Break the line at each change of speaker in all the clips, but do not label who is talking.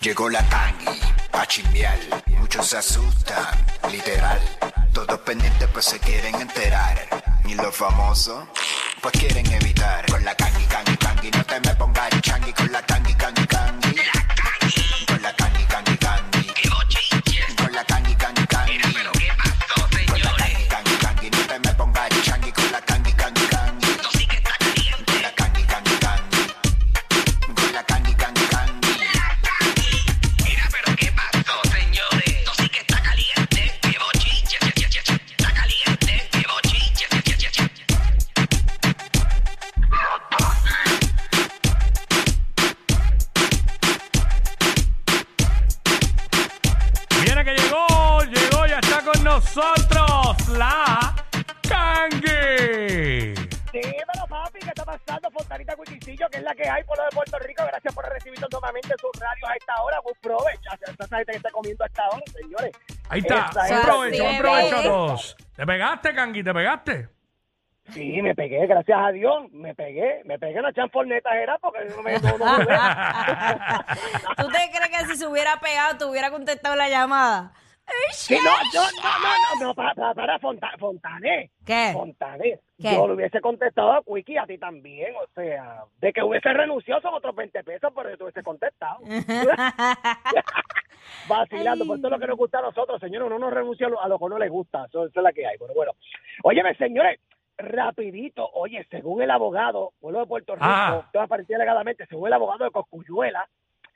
Llegó la tangi, pa' chimbiar, muchos se asustan, literal. Todos pendientes pues se quieren enterar, y los famosos pues quieren evitar. Con la tangi, tangi, tangi, no te me pongas changi, con la tangi, tangi, tangi. Con la tangi, tangi, tangi. Con la tangi, tangi, tangi. Con la tangi, tangi, tangi, no te me pongas changi, con la tangi, tangi, tangi. Con la tangi, tangi, tangi. Con la tangi, tangi, tangi.
Mira, pero qué pasó, señores. Esto sí que está caliente, qué bochiche, che, che, che, che. Está caliente, qué bochiche, che, che, che, che.
Viene que llegó, llegó, ya está con nosotros la Kangi.
Dímelo, papi, ¿qué está pasando? Fontanita Cuiquicillo, que es la que hay por lo de Puerto Rico. Gracias por recibirnos nuevamente en sus radios a esta hora. Pues, Buen provecho. Hacia Esa gente que está comiendo a esta hora, señores.
Ahí está,
Esa
buen
es.
provecho, buen provecho a
bebé.
todos. ¿Te pegaste, Kangi? ¿Te pegaste?
Sí, me pegué, gracias a Dios. Me pegué, me pegué una chanforneta, era porque no me no, no me ve.
¿Tú te crees que si se hubiera pegado, te hubiera contestado la llamada?
Sí, no, yo, no, no, no, no, para, para, para Fonta- Fontané.
¿Qué?
Fontané.
¿Qué?
Yo le hubiese contestado a Cuiqui, a ti también, o sea, de que hubiese renunciado son otros 20 pesos, pero yo te hubiese contestado. Vacilando, por eso es lo que nos gusta a nosotros, señores, uno no renuncia a lo, a lo que no le gusta, eso, eso es la que hay. Bueno, bueno, óyeme, señores, rapidito, oye, según el abogado, pueblo de Puerto Rico,
Ah.
te va a aparecer alegadamente, según el abogado de Coscuyuela,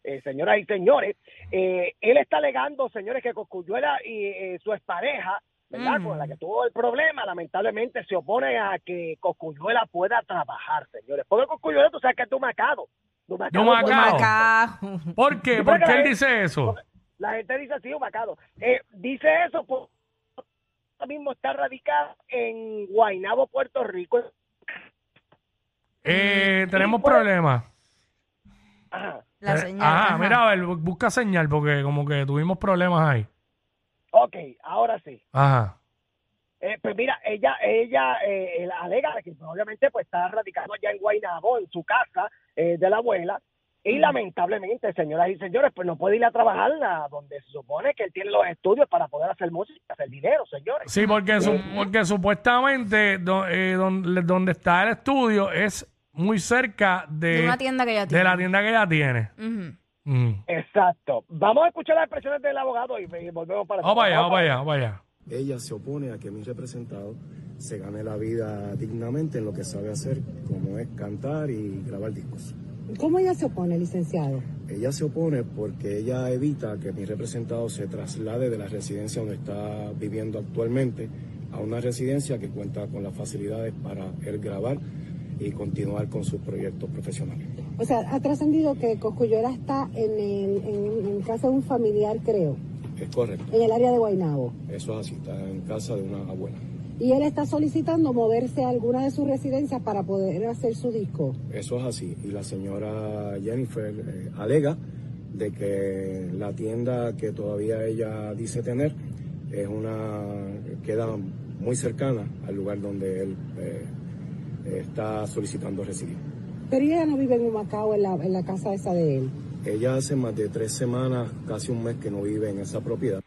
eh, señoras y señores, eh, él está alegando, señores, que Coscuyuela y eh, su expareja, ¿verdad?
Mm.
Con la que tuvo el problema, lamentablemente se opone a que Coscuyuela pueda trabajar, señores. Porque Coscuyuela, tú sabes que es dumacado. Dumacado.
Dumacado.
pues,
Macao.
¿Por qué?
Yo
¿Por qué
creo que
él
la-
dice eso?
La gente dice así, dumacado. Eh, dice eso, pues, ahora mismo está radicada en Guaynabo, Puerto Rico.
Eh, tenemos
pues-
problemas.
Ajá.
La
Eh,
señal.
Ajá,
ajá.
mira, a ver, bu- busca señal porque como que tuvimos problemas ahí.
Ok, ahora sí.
Ajá.
Eh, pues mira, ella, ella eh, él alega que obviamente pues está radicando allá en Guaynabo, en su casa eh, de la abuela,
Mm.
y lamentablemente, señoras y señores, pues no puede ir a trabajar a donde se supone que él tiene los estudios para poder hacer música, hacer dinero, señores.
Sí, porque, su- porque supuestamente do- eh, don- le- donde está el estudio es muy cerca de,
De una tienda que ella
eh, de
tiene.
la tienda que ella tiene.
Ujú.
Mm.
Exacto. Vamos a escuchar las expresiones del abogado y, y volvemos para
Vamos allá, vamos allá, vamos allá.
Ella se opone a que mi representado se gane la vida dignamente en lo que sabe hacer, como es cantar y grabar discos.
¿Cómo ella se opone, licenciado?
Ella se opone porque ella evita que mi representado se traslade de la residencia donde está viviendo actualmente a una residencia que cuenta con las facilidades para él grabar y continuar con sus proyectos profesionales.
O sea, ha trascendido que Cosculluela está en, el- en- en casa de un familiar, creo,
Es correcto,
en el área de Guaynabo.
eso es así, está en casa de una abuela.
Y él está solicitando moverse a alguna de sus residencias para poder hacer su disco.
Eso es así. Y la señora Jennifer eh, alega de que la tienda que todavía ella dice tener es una queda muy cercana al lugar donde él eh, está solicitando residir.
Pero ella no vive en Humacao, en la, en la casa esa de él.
Ella hace más de tres semanas, casi un mes que no vive en esa propiedad.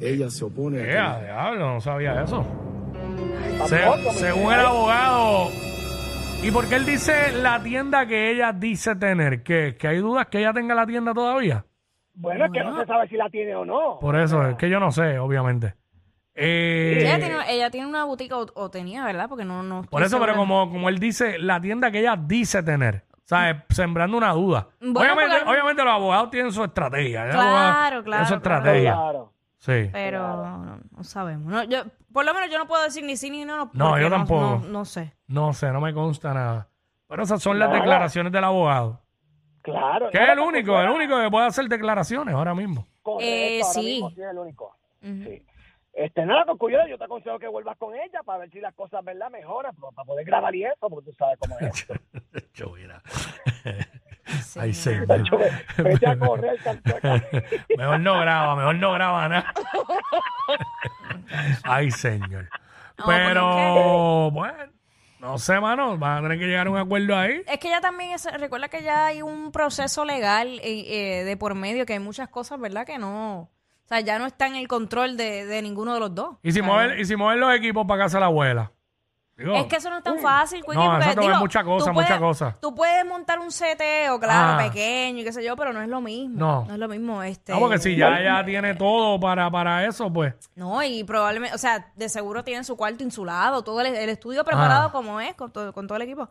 Ella se opone a que-
Ea, diablo, no sabía eso. Se-
Tampoco, mi
según el abogado. ¿Y por qué él dice la tienda que ella dice tener? ¿Que, que hay dudas que ella tenga la tienda todavía?
Bueno, es que no se sabe si la tiene o no.
Por eso, es que yo no sé, obviamente. Eh,
Ella, tiene, ella tiene una botica o, o tenía, ¿verdad? Porque no, no. estoy
por eso, pero
segura.
como, como él dice, la tienda que ella dice tener. O sea, eh, sembrando una duda.
Bueno,
obviamente,
porque-
obviamente los abogados tienen su estrategia. ¿eh?
Claro,
Abogados tienen
claro,
su
claro.
estrategia.
Claro.
Sí.
Pero no, no sabemos. No, yo, por lo menos yo no puedo decir ni sí ni no.
No,
porque
yo tampoco.
No, no sé.
No sé, no me consta nada. Pero esas son las declaraciones del abogado.
Claro.
Que
no,
es el
no,
único,
fuera-
el único que puede hacer declaraciones ahora mismo.
Correcto,
Eh,
ahora
sí.
mismo sí es el único.
Ujú.
Sí. Este, nada, Cocuyuela, yo te aconsejo que vuelvas con ella para ver si las cosas, ¿verdad? Mejoran, pero para poder grabar y eso, porque tú sabes cómo es.
Yo, mira.
Sí.
Ay, señor.
Tacho, ve- vete a correr, campeón.
mejor no graba, mejor no graba nada. Ay, señor.
No,
Pero, bueno, no sé, mano. Van a tener que llegar a un acuerdo ahí.
Es que ya también, es- recuerda que ya hay un proceso legal eh, eh, de por medio, que hay muchas cosas, ¿verdad? Que no. O sea, ya no está en el control de, de ninguno de los dos.
Y si,
O sea,
mover, y si mover los equipos para casa de la abuela. Digo,
Es que eso no es tan fácil, Quickie,
No,
porque,
eso te
digo,
ve mucha cosa,
tú
mucha
puedes-
cosa.
Tú puedes montar un CTO, claro,
Ah.
pequeño y qué sé yo, pero no es lo mismo.
No.
No es lo mismo. Este,
no, porque si ya ella tiene todo para, para eso, pues.
No, y probablemente, o sea, de seguro tienen su cuarto insulado, todo el, el estudio preparado
Ah.
como es, con todo, con todo el equipo.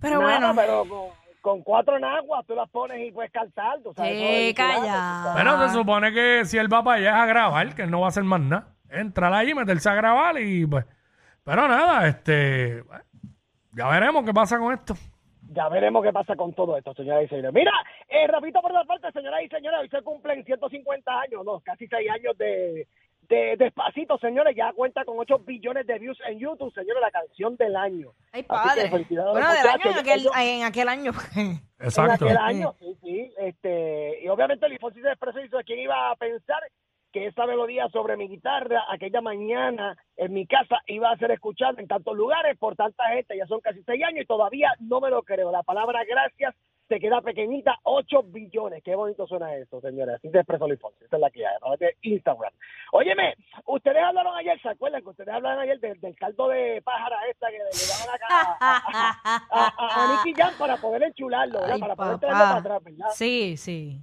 Pero
Nada,
bueno, eh,
pero con, con cuatro naguas tú las pones y puedes calzar, tú sabes.
Sí,
todo el vinculado,
calla.
tú sabes.
Bueno, se supone que si él va para allá es a grabar, que él no va a hacer más nada. Entrar allí, meterse a grabar y pues. Pero nada, este. bueno, Ya veremos qué pasa con esto.
Ya veremos qué pasa con todo esto, señoras y señores. Mira, eh, rapidito por la parte, señoras y señores, hoy se cumplen 150 años, no, casi 6 años de, de Despacito, señores. Ya cuenta con 8 billones de views en YouTube, señores, la canción del año.
ay
Así que
padre.
felicidades,
Bueno, del año
muchachos.
en aquel,
Ellos-
en aquel año.
Exacto.
En aquel año, sí, sí. Este, y obviamente el Infonsi de Expreso hizo quien iba a pensar que esa melodía sobre mi guitarra aquella mañana en mi casa iba a ser escuchada en tantos lugares por tanta gente. Ya son casi seis años y todavía no me lo creo. La palabra gracias se queda pequeñita, 8 billones. Qué bonito suena eso, señores. Así de expresó Luis Fonsi. Esa es la que hay, a través de Instagram. Óyeme, ustedes hablaron ayer, ¿se acuerdan que ustedes hablaron ayer del, del caldo de pájara esta que le llevaban acá a, a, a- a Nicky Jam para poder enchularlo, ¿verdad?
Ah, Ay,
para poder
papá.
traerlo para atrás, ¿verdad?
Sí, sí.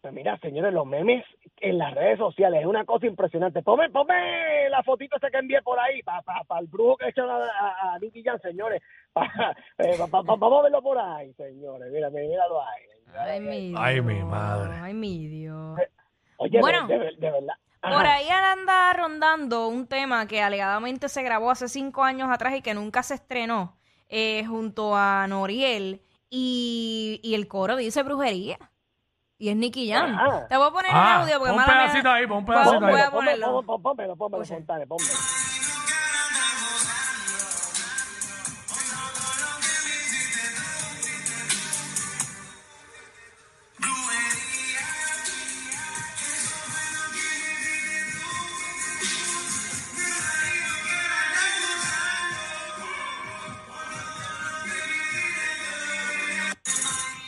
Pues mira, señores, los memes en las redes sociales es una cosa impresionante. Ponme, ponme la fotito esa que envié por ahí para el brujo que echan a, a, a Nicky Jam, señores. Pa- eh, pa- pa- pa- vamos a verlo por ahí, señores. Mira, mira, míralo ahí.
Ay, mi Dios.
Ay, mi madre.
Ay, mi Dios.
Oye,
Bueno.
de, de- de verdad. Eh, Ajá.
Por ahí anda rondando un tema que alegadamente se grabó hace cinco años atrás y que nunca se estrenó eh, junto a Noriel y, y el coro dice brujería. Y es Nicky Jam.
Ah.
Te voy a poner
Ah,
el audio porque
pon un
mala mía-
pedacito ahí, pon un
Voy-
pedacito
voy
ahí.
a ponerlo.
Pónmelo, pónmelo, pónmelo, pónmelo,
Escucha.
Fontane, pónmelo.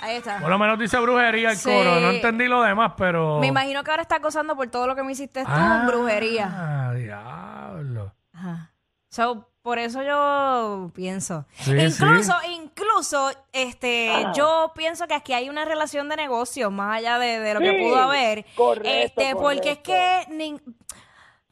Ahí está.
Por lo menos dice brujería el
Sí.
coro. No entendí lo demás, pero.
Me imagino que ahora está acosando por todo lo que me hiciste tú,
Ah,
brujería.
diablo.
Ajá. So, por eso yo pienso.
Sí,
incluso, incluso, este, yo pienso que aquí hay una relación de negocios más allá de, de lo que
Sí,
pudo haber.
correcto,
este, porque es
correcto.
que nin-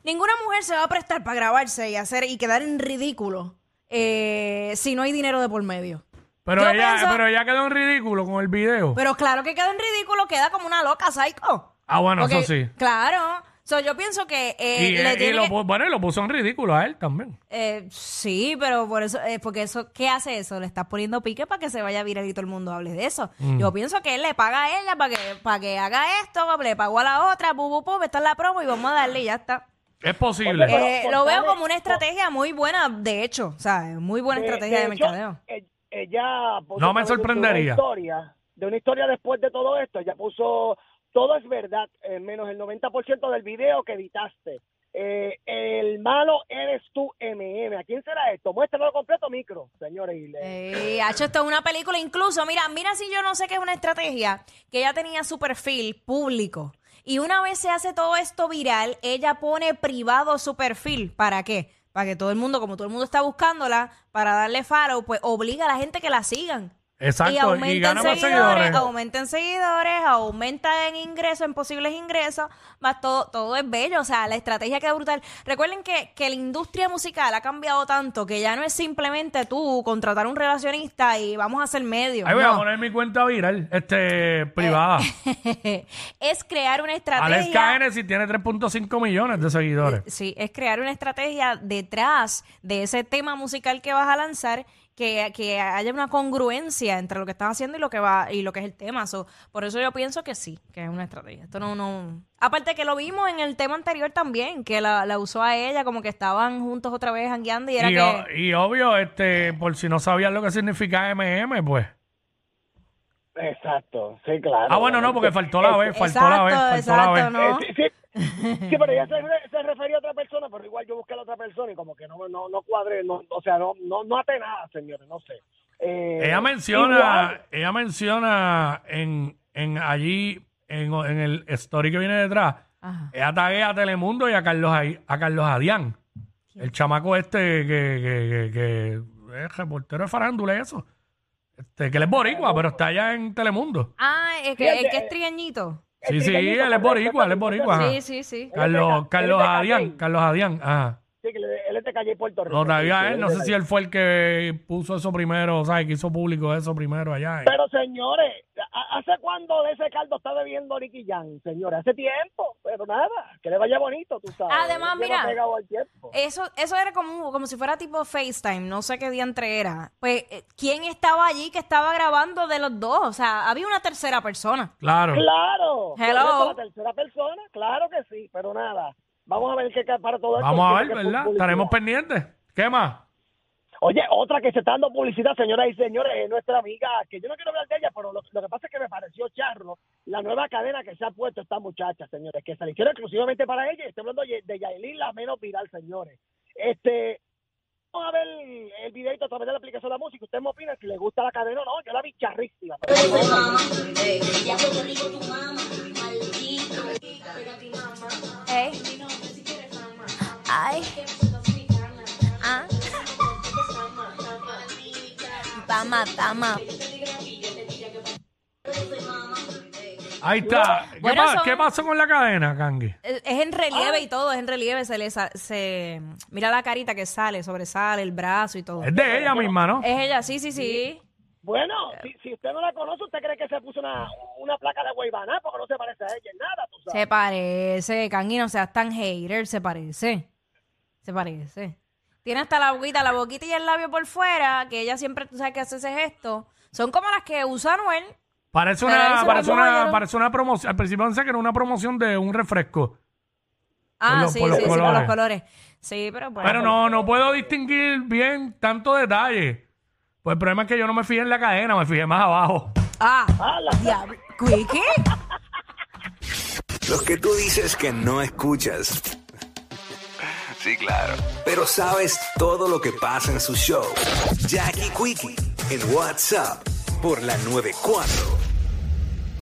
ninguna mujer se va a prestar para grabarse y hacer y quedar en ridículo eh, si no hay dinero de por medio.
Pero
Yo
ella,
pienso- Pues,
pero ella quedó en ridículo con el video.
Pero claro que queda en ridículo, queda como una loca psycho.
ah, bueno,
Porque-
eso sí.
Claro. So, yo pienso que eh,
y,
le
eh, y
tiene
lo,
que-
pu- bueno, y lo puso en ridículo a él también.
Eh, sí, pero por eso, eh, porque eso, ¿qué hace eso? Le estás poniendo pique para que se vaya viral y todo el mundo hable de eso. Yo pienso que él le paga a ella para que, para que haga esto, le pagó a la otra, bu, bu, bu, esta es la promo y vamos a darle y ya está.
Es posible.
Pero,
Eh,
por
lo veo
favor,
como una estrategia muy buena, de hecho, ¿sabes? Muy buena
De-
estrategia de,
de hecho,
mercadeo.
e- Ella puso
No me
también
sorprendería.
De una, historia, de una historia después de todo esto, ella puso todo es verdad, eh, menos el 90% del video que editaste. Eh, el malo eres tú, MM. ¿A quién será esto? Muéstralo completo, micro, señores. y le-
Eh, ha hecho esto es una película, incluso, mira, mira si yo no sé qué es una estrategia, que ella tenía su perfil público. Y una vez se hace todo esto viral, ella pone privado su perfil. ¿Para qué? Para que todo el mundo, como todo el mundo está buscándola, para darle follow, pues obliga a la gente que la sigan.
Exacto,
y
y
aumenten
gana más
seguidores,
seguidores.
aumenten seguidores, aumenta en ingresos, en posibles ingresos, más todo, todo es bello, o sea, la estrategia queda brutal. Recuerden que, que la industria musical ha cambiado tanto que ya no es simplemente tú contratar un relacionista y vamos a hacer medio.
Ahí voy a
no.
poner mi cuenta viral, este, privada.
es crear una
Aleska
estrategia.
Genesis tiene 3.5 millones de seguidores.
Sí, es crear una estrategia detrás de ese tema musical que vas a lanzar, que, que haya una congruencia entre lo que estás haciendo y lo que va y lo que es el tema. So, por eso yo pienso que sí, que es una estrategia. Esto no, no. Aparte que lo vimos en el tema anterior también, que la, la usó a ella, como que estaban juntos otra vez jangueando y era
Y, o-
que.
y obvio, este, por si no sabían lo que significa MM, pues.
Exacto, sí, claro.
Ah, bueno, no, porque faltó la vez, faltó la vez, faltó la vez.
Eh, sí, sí, Sí, pero ella se, re- se refería a otra persona, pero igual yo busqué a la otra persona y como que no, no, no cuadré, no, o sea, no, no, no até nada, señores, no sé. Eh,
Ella
igual-
menciona, ella menciona en, en allí, en, en el story que viene detrás,
Ajá.
ella taguea a Telemundo y a Carlos, Ai- a Carlos Adián, el chamaco este que, que, que- que es reportero de farándula y eso, este, que él es boricua, pero está allá en Telemundo.
Ah, el que, el que es trigueñito.
Sí, sí, él es boricua, él es boricua. ajá.
Sí, sí, sí.
Carlos,
Él es de
Carlos
Calle.
Adián, Carlos Adián, ajá.
Sí, que le- él es de Calle y Puerto Rico.
Lo taguea
Sí,
a él,
él
no
es
sé
de
si él fue el que puso eso primero, o sea, que hizo público eso primero allá. en-
Pero señores, ¿ha- ¿hace cuándo de ese caldo está bebiendo Nicky Jan, señores? Hace tiempo, pero nada, que le vaya bonito, tú sabes.
Además,
Lleva
mira,
pegado al tiempo.
Eso, eso era como, como si fuera tipo FaceTime, no sé qué diantre era. Pues, eh, ¿quién estaba allí que estaba grabando de los dos? O sea, había una tercera persona.
Claro.
Claro. correcto, La
Hello.
tercera persona, claro que sí, pero nada. Vamos a ver qué ca- para todo esto.
Vamos a ver,
tiene que
¿verdad?
publicidad.
Estaremos pendientes. ¿Qué más?
Oye, otra que se está dando publicidad, señoras y señores, es nuestra amiga, que yo no quiero hablar de ella, pero lo, lo que pasa es que me pareció charro la nueva cadena que se ha puesto esta muchacha, señores, que se la hicieron exclusivamente para ella. y Estoy hablando ye- de Yailin, la menos viral, señores. Este, vamos a ver el, el videito a través de la aplicación de la música. ¿Usted me opina si le gusta la cadena o no? Yo la vi charrísima. pero-
¿Eh? Ay. Ah. Tama, tama.
Ahí está. ¿Qué,
Bueno,
pa-
son-
qué pasó con la cadena, Kangi?
Es es en relieve y todo, es en relieve. Se le sa- se mira la carita que sale, sobresale el brazo y todo.
Es de ella misma, ¿no?
Es ella, sí, sí, sí.
Bueno, si, si usted no la conoce, ¿usted cree que se puso una, una placa de Guaybaná? Porque no se parece a ella en nada, tú sabes.
Se parece, Kangi, no seas tan hater, se parece. Se parece. Tiene hasta la boquita, la boquita y el labio por fuera, que ella siempre, tú sabes que hace ese gesto. Son como las que usa Noel.
Parece
Pero ahí
una,
se
parece
la
una,
llevaron.
parece una promoción. Al principio pensé que era una promoción de un refresco.
Ah,
los-
sí,
por los
sí, sí, por
colores.
los colores. Sí, pero bueno.
Pero no, no puedo distinguir bien tanto detalle. Pues el problema es que yo no me fijé en la cadena, me fijé más abajo.
Ah,
Ah, la-
diablo. ¿Qué? qué?
Los que tú dices que no escuchas,
Sí, claro.
pero sabes todo lo que pasa en su show. Jackie Quickie en WhatsApp por la 94.